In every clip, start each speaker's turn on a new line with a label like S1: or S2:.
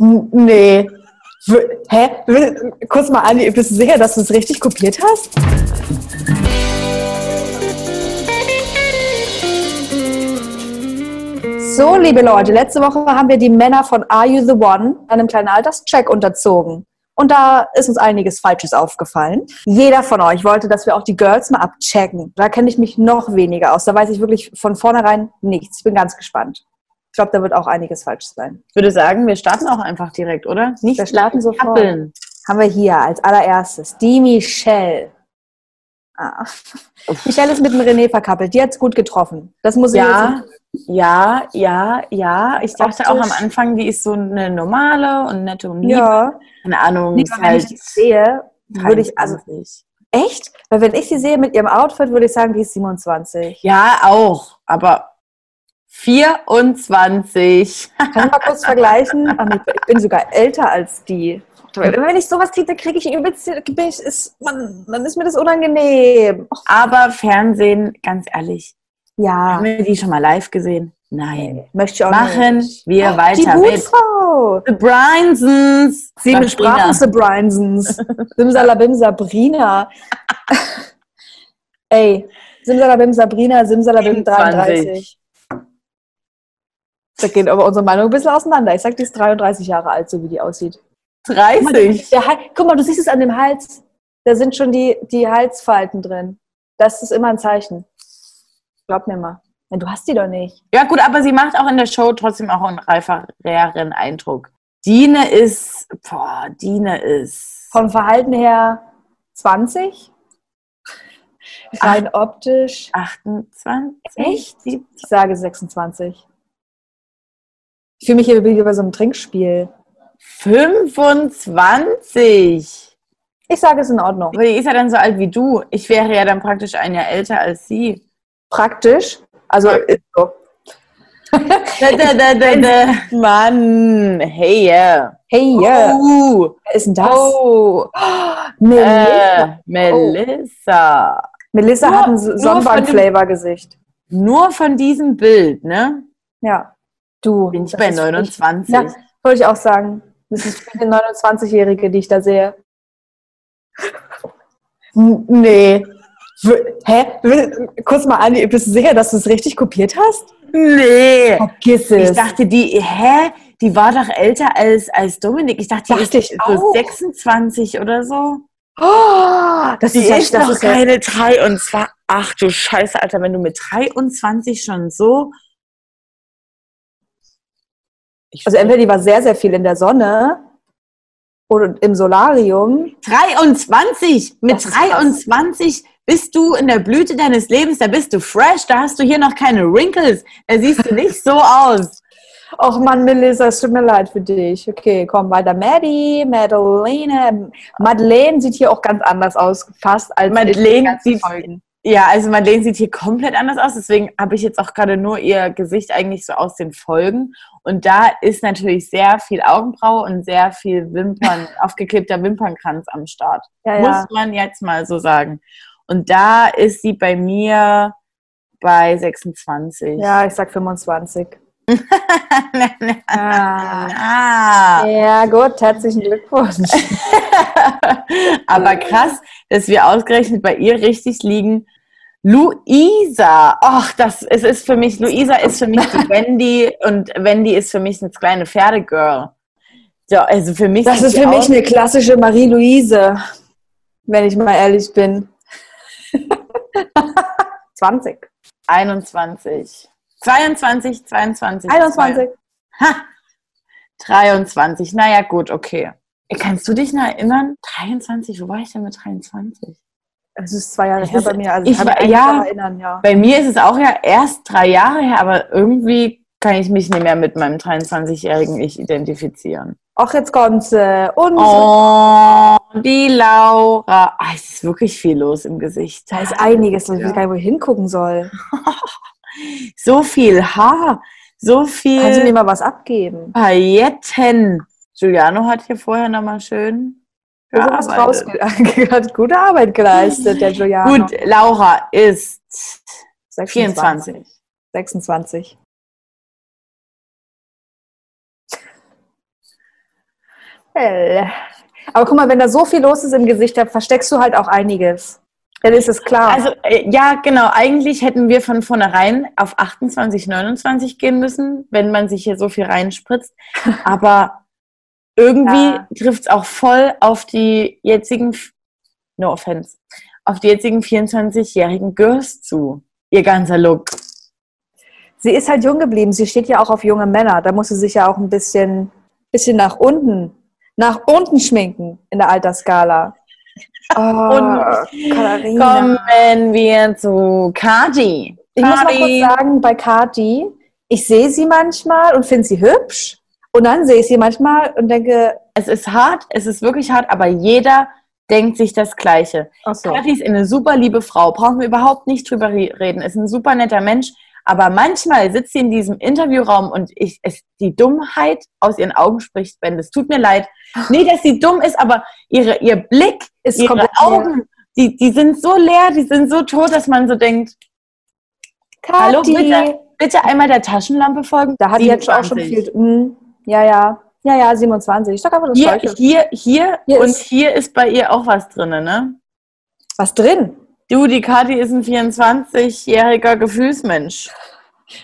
S1: N- Nee. W- Hä? W- Kurz mal, Anni, bist du sicher, dass du es richtig kopiert hast? So, liebe Leute, letzte Woche haben wir die Männer von Are You the One einem kleinen Alterscheck unterzogen. Und da ist uns einiges Falsches aufgefallen. Jeder von euch wollte, dass wir auch die Girls mal abchecken. Da kenne ich mich noch weniger aus. Da weiß ich wirklich von vornherein nichts. Ich bin ganz gespannt. Ich glaube, da wird auch einiges falsch sein.
S2: Ich würde sagen, wir starten auch einfach direkt, oder? Nicht
S1: Wir starten sofort.
S2: kappeln.
S1: haben wir hier als allererstes die Michelle. Ah. Michelle ist mit dem René verkappelt. Die hat es gut getroffen. Das muss ich
S2: Ja,
S1: jetzt-
S2: ja, ja, ja. Ich dachte auch am
S1: Optisch.
S2: Anfang, die ist so eine normale und nette und liebe.
S1: ja.
S2: Keine Ahnung,
S1: Lieber,
S2: ist
S1: wenn ich
S2: halt
S1: die sehe, würde ich also
S2: 23.
S1: echt, weil wenn ich sie sehe mit ihrem Outfit, würde ich sagen, die ist 27.
S2: Ja, auch, aber 24.
S1: Kann ich mal kurz vergleichen? Ach, nee, ich bin sogar älter als die. Wenn ich sowas kriege, dann kriege ich übelst, bin ich- ist, man, dann ist mir das unangenehm. Och,
S2: Aber Fernsehen, ganz ehrlich,
S1: ja,
S2: haben wir die schon mal live gesehen? Nein.
S1: möchte ich auch
S2: Machen
S1: nicht.
S2: wir
S1: Die
S2: weiter mit
S1: Hutfrau.
S2: The Brinsons.
S1: Sie
S2: Sabrina.
S1: besprachen Sabrinsons. Simsalabim Sabrina. Ey, Simsalabim Sabrina, Simsalabim 33.
S2: 27.
S1: Da geht aber unsere Meinung ein bisschen auseinander. Ich sag, die ist 33 Jahre alt, so wie die aussieht. Guck mal,
S2: 30.
S1: der Hal- halt, Guck mal, du siehst es an dem Hals. Da sind schon die, die Halsfalten drin. Das ist immer ein Zeichen. Glaub mir mal. Ja, du hast die doch nicht.
S2: Ja, gut, aber sie macht auch in der Show trotzdem auch einen reiferen Eindruck. Dine ist, boah, Dine ist.
S1: Vom Verhalten her 20? Rein optisch.
S2: 28?
S1: Echt?
S2: 17?
S1: Ich sage 26. Ich fühle mich hier wie bei so einem Trinkspiel.
S2: 25.
S1: Ich sage es ist in Ordnung.
S2: Aber die ist ja dann so alt wie du. Ich wäre ja dann praktisch ein Jahr älter als sie.
S1: Praktisch. Also ist so.
S2: Da, da, da, da, da. Mann, hey, yeah.
S1: Hey, yeah.
S2: Oh,
S1: wer ist denn das?
S2: oh.
S1: Melissa,
S2: Äh, Melissa.
S1: Melissa
S2: nur-
S1: hat ein
S2: nur
S1: Sonnenbank-Flavor-Gesicht.
S2: Nur von diesem Bild, ne?
S1: Ja. Du.
S2: Bin ich
S1: das
S2: bei
S1: ist-
S2: 29.
S1: Ja, wollte ich auch sagen. Das ist für die 29-Jährige, die ich da sehe. N- Nee. W- Hä? W- Kurz mal, Anni, bist du sicher, dass du es richtig kopiert hast?
S2: Nee.
S1: Vergiss
S2: Ich dachte, die, hä? Die war doch älter als, als Dominik. Ich dachte, die
S1: Dachte
S2: ist
S1: ich
S2: so
S1: auch.
S2: 26 oder so.
S1: Oh, das
S2: Die
S1: ist, ja,
S2: ist
S1: das
S2: noch
S1: ist ja,
S2: keine 3 und zwar, ach du Scheiße, Alter, wenn du mit 23 schon so. Ich
S1: also entweder die war sehr, sehr viel in der Sonne oder im Solarium.
S2: 23! Mit
S1: Das ist krass.
S2: 23 bist du in der Blüte deines Lebens, da bist du fresh, da hast du hier noch keine Wrinkles, da siehst du nicht so aus.
S1: Och Mann, Melissa, es tut mir leid für dich. Okay, komm weiter. Maddie, Madeleine. Madeleine sieht hier auch ganz anders aus, fast als in den
S2: Madeleine
S1: ganzen
S2: sieht-
S1: Folgen.
S2: Ja, also Madeleine sieht hier komplett anders aus, deswegen habe ich jetzt auch gerade nur ihr Gesicht eigentlich so aus den Folgen. Und da ist natürlich sehr viel Augenbraue und sehr viel Wimpern, aufgeklebter Wimpernkranz am Start.
S1: Ja,
S2: muss
S1: ja.
S2: man jetzt mal so sagen. Und da ist sie bei mir bei 26.
S1: ja, ich sag 25. Ah.
S2: Ah.
S1: Ja, gut, herzlichen Glückwunsch.
S2: Aber krass, dass wir ausgerechnet bei ihr richtig liegen. Luisa, ach, das es ist für mich, Luisa ist für mich die Wendy und Wendy ist für mich eine kleine Pferdegirl. So, also für mich
S1: Das
S2: sieht
S1: ist
S2: sie
S1: für mich
S2: aus-
S1: eine klassische Marie-Louise, wenn ich mal ehrlich bin. 20.
S2: 21. 22, 22.
S1: 21.
S2: 23. Naja, gut, okay. Kannst du dich noch erinnern? 23, wo war ich denn mit 23?
S1: Es ist zwei Jahre
S2: Es
S1: her
S2: ist-
S1: bei mir. Also
S2: ich
S1: kann
S2: war-
S1: mich eigentlich
S2: ja.
S1: daran erinnern, ja.
S2: Bei mir ist es auch ja erst drei Jahre her, aber irgendwie kann ich mich nicht mehr mit meinem 23-jährigen Ich identifizieren.
S1: Auch jetzt kommt's. äh, Und
S2: Oh, die Laura. Ah, es ist wirklich viel los im Gesicht.
S1: da ist einiges, dass ich gar nicht wo ich hingucken soll.
S2: So viel Haar, so
S1: Kannst du mir
S2: viel
S1: mal was abgeben?
S2: Pailletten. Giuliano hat hier vorher nochmal schön
S1: Für sowas
S2: gearbeitet.
S1: rausge- hat gute Arbeit geleistet, der Giuliano.
S2: Gut, Laura ist
S1: 26.
S2: 24.
S1: 26. Well. Aber guck mal, wenn da so viel los ist im Gesicht, dann versteckst du halt auch einiges. Dann ist es klar.
S2: Also äh, ja, genau. Eigentlich hätten wir von vornherein auf 28, 29 gehen müssen, wenn man sich hier so viel reinspritzt. Aber irgendwie
S1: Ja.
S2: trifft es auch voll auf die jetzigen, f- no offense, auf die jetzigen 24-jährigen Girls zu. Ihr ganzer Look.
S1: sie ist halt jung geblieben. Sie steht ja auch auf junge Männer. Da muss sie sich ja auch ein bisschen, bisschen nach unten, nach unten schminken in der Altersskala. Oh,
S2: Und-
S1: Katharina.
S2: Kommen wir zu Kati.
S1: Ich muss mal kurz
S2: Kati.
S1: sagen, bei Kati, ich sehe sie manchmal und finde sie hübsch. Und dann sehe ich sie manchmal und denke,
S2: Es ist hart, es ist wirklich hart, aber jeder denkt sich das Gleiche.
S1: ach so.
S2: Kathi ist eine super liebe Frau, brauchen wir überhaupt nicht drüber re- reden, ist ein super netter Mensch, aber manchmal sitzt sie in diesem Interviewraum und ich, es, die Dummheit aus ihren Augen spricht, Ben, es tut mir leid. Nee, dass sie dumm ist, aber ihre, ihr Blick,
S1: Ist
S2: ihre
S1: komplett
S2: Augen, die, die sind so leer, die sind so tot, dass man so denkt, hallo, bitte, bitte einmal der Taschenlampe folgen.
S1: Da hat sie jetzt auch schon
S2: 27.
S1: viel. Hm, ja, ja. Ja, ja, 27. Ich sag einfach das
S2: Hier,
S1: Gleiche.
S2: hier, hier,
S1: Hier
S2: und
S1: ist-
S2: hier ist bei ihr auch was drin, ne?
S1: Was drin?
S2: Du, die Kathi ist ein 24-jähriger Gefühlsmensch.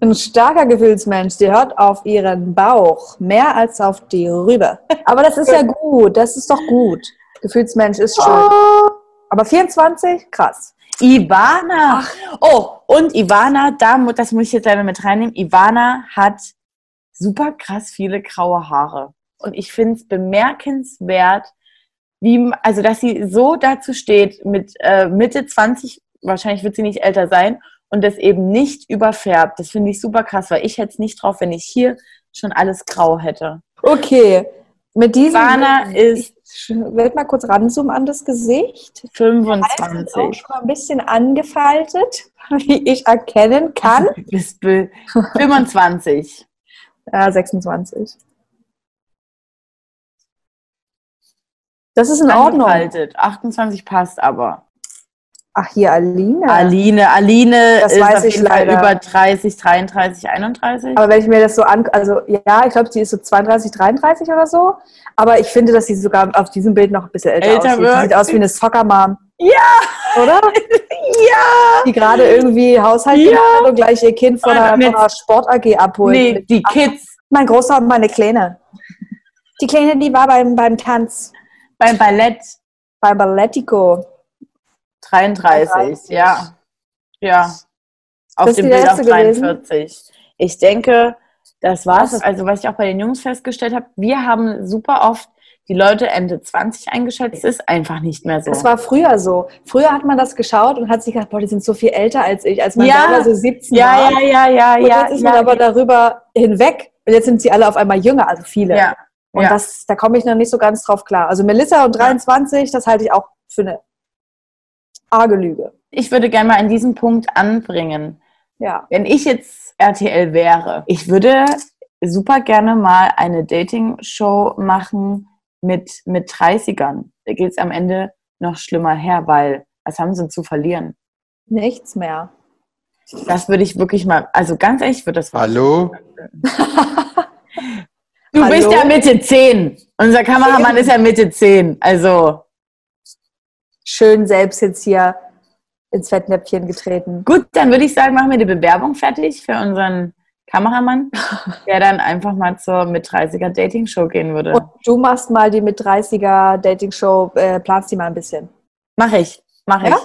S1: Ein starker Gefühlsmensch, die hört auf ihren Bauch mehr als auf die Rübe. Aber das ist ja gut, das ist doch gut. Gefühlsmensch ist schön.
S2: Oh.
S1: Aber 24? Krass.
S2: Ivana. Oh, und Ivana, da, mu- das muss ich jetzt leider mit reinnehmen. Ivana hat super krass viele graue Haare. Und ich finde es bemerkenswert, wie, m- also, dass sie so dazu steht, mit äh, Mitte 20, wahrscheinlich wird sie nicht älter sein, und das eben nicht überfärbt. Das finde ich super krass, weil ich hätte es nicht drauf, wenn ich hier schon alles grau hätte.
S1: Okay, mit diesem...
S2: Ivana ist
S1: Ich werde mal kurz ranzoomen an das Gesicht. Das ist auch
S2: 25.
S1: schon mal ein bisschen angefaltet, wie ich erkennen kann.
S2: Du bist be- 25.
S1: Ja, 26. Das ist in Ordnung.
S2: Angefaltet. 28 passt aber.
S1: Ach, hier Alina.
S2: Aline, Aline
S1: Das
S2: ist
S1: weiß
S2: auf
S1: ich
S2: jeden Fall
S1: leider.
S2: über 30, 33, 31.
S1: Aber wenn ich mir das so an, also ja, ich glaube, sie ist so 32, 33 oder so. Aber ich finde, dass sie sogar auf diesem Bild noch ein bisschen älter,
S2: Älter
S1: aussieht.
S2: wirkt.
S1: Sie sieht aus wie eine Soccer-Mom.
S2: Ja!
S1: Oder?
S2: ja!
S1: Die gerade irgendwie Haushalt
S2: Ja.
S1: gemacht hat und gleich ihr Kind von
S2: Und
S1: einer, von
S2: mit-
S1: einer Sport-AG abholt.
S2: Nee, die Kids
S1: Mein Großer und meine Kleine. Die Kleine, die war beim, beim Tanz,
S2: beim Ballett
S1: beim Balletico.
S2: 33,
S1: 33.
S2: ja. Ja.
S1: Das
S2: Auf
S1: ist
S2: dem
S1: die
S2: Bild auf
S1: letzte gewesen?
S2: 43. Ich denke, das war's.
S1: Das-
S2: Also, was ich auch bei den Jungs festgestellt habe, wir haben super oft die Leute Ende 20 eingeschätzt. Es ist einfach nicht mehr so.
S1: Das war früher so. Früher hat man das geschaut und hat sich gedacht, boah, die sind so viel älter als ich, als man
S2: Ja.
S1: selber so 17 war.
S2: ja, ja, ja, ja,
S1: Und
S2: Ah ja.
S1: jetzt ist
S2: ja,
S1: man aber darüber hinweg. Und jetzt sind sie alle auf einmal jünger, also viele.
S2: ja.
S1: Und
S2: ja.
S1: das, da komme ich noch nicht so ganz drauf klar. Also Melissa und 23, das halte ich auch für eine arge Lüge.
S2: Ich würde gerne mal an diesem Punkt anbringen.
S1: Ja.
S2: Wenn ich jetzt RTL wäre, ich würde super gerne mal eine Dating-Show machen mit, mit 30ern. Da geht es am Ende noch schlimmer her, weil was haben sie zu verlieren?
S1: Nichts mehr.
S2: Das würde ich wirklich mal, also ganz ehrlich, ich würde das
S3: Hallo?
S2: Du
S1: Hallo?
S2: bist ja Mitte 10. Unser Kameramann ist ja Mitte 10. Also
S1: Schön selbst jetzt hier ins Fettnäpfchen getreten.
S2: gut, dann würde ich sagen, machen wir die Bewerbung fertig für unseren Kameramann, der dann einfach mal zur mit 30er Dating-Show gehen würde.
S1: Und du machst mal die mit 30er Dating Show, äh, planst die mal ein bisschen.
S2: Mache ich, mache ich.
S1: Ja?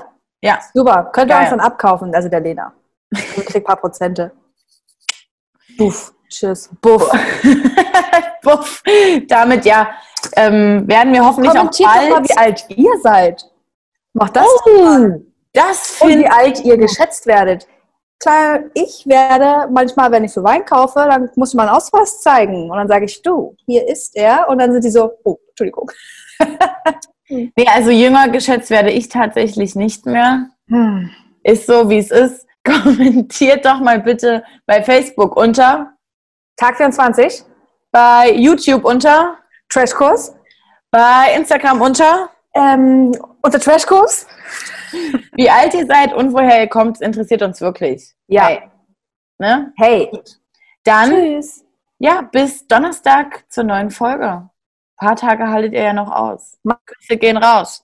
S2: Ja,
S1: Super, könnt ihr
S2: Geil.
S1: uns dann abkaufen, also der Lena. Und krieg ein paar Prozente. Buff. Tschüss. Buff.
S2: Buff. Damit ja, ähm, werden wir hoffentlich
S1: Kommentiert
S2: auch
S1: doch mal,
S2: bald.
S1: wie alt ihr seid. Macht das
S2: Oh, das
S1: und wie
S2: finde
S1: alt ihr geschätzt werdet. Klar, ich werde manchmal, wenn ich so Wein kaufe, dann muss man einen Ausweis zeigen. Und dann sage ich, du, hier ist er. Und dann sind die so, oh, Entschuldigung.
S2: nee, also jünger geschätzt werde ich tatsächlich nicht mehr. Hm. Ist so, wie es ist. Kommentiert doch mal bitte bei Facebook unter,
S1: Tag 24,
S2: bei YouTube unter,
S1: Trashkurs.
S2: bei Instagram unter,
S1: Ähm, unser Trashkurs?
S2: wie alt ihr seid und woher ihr kommt, interessiert uns wirklich.
S1: Ja.
S2: Hey. Ne?
S1: Hey.
S2: Dann,
S1: Tschüss.
S2: ja, bis Donnerstag zur neuen Folge. paar Tage haltet ihr ja noch aus. Küsse gehen raus.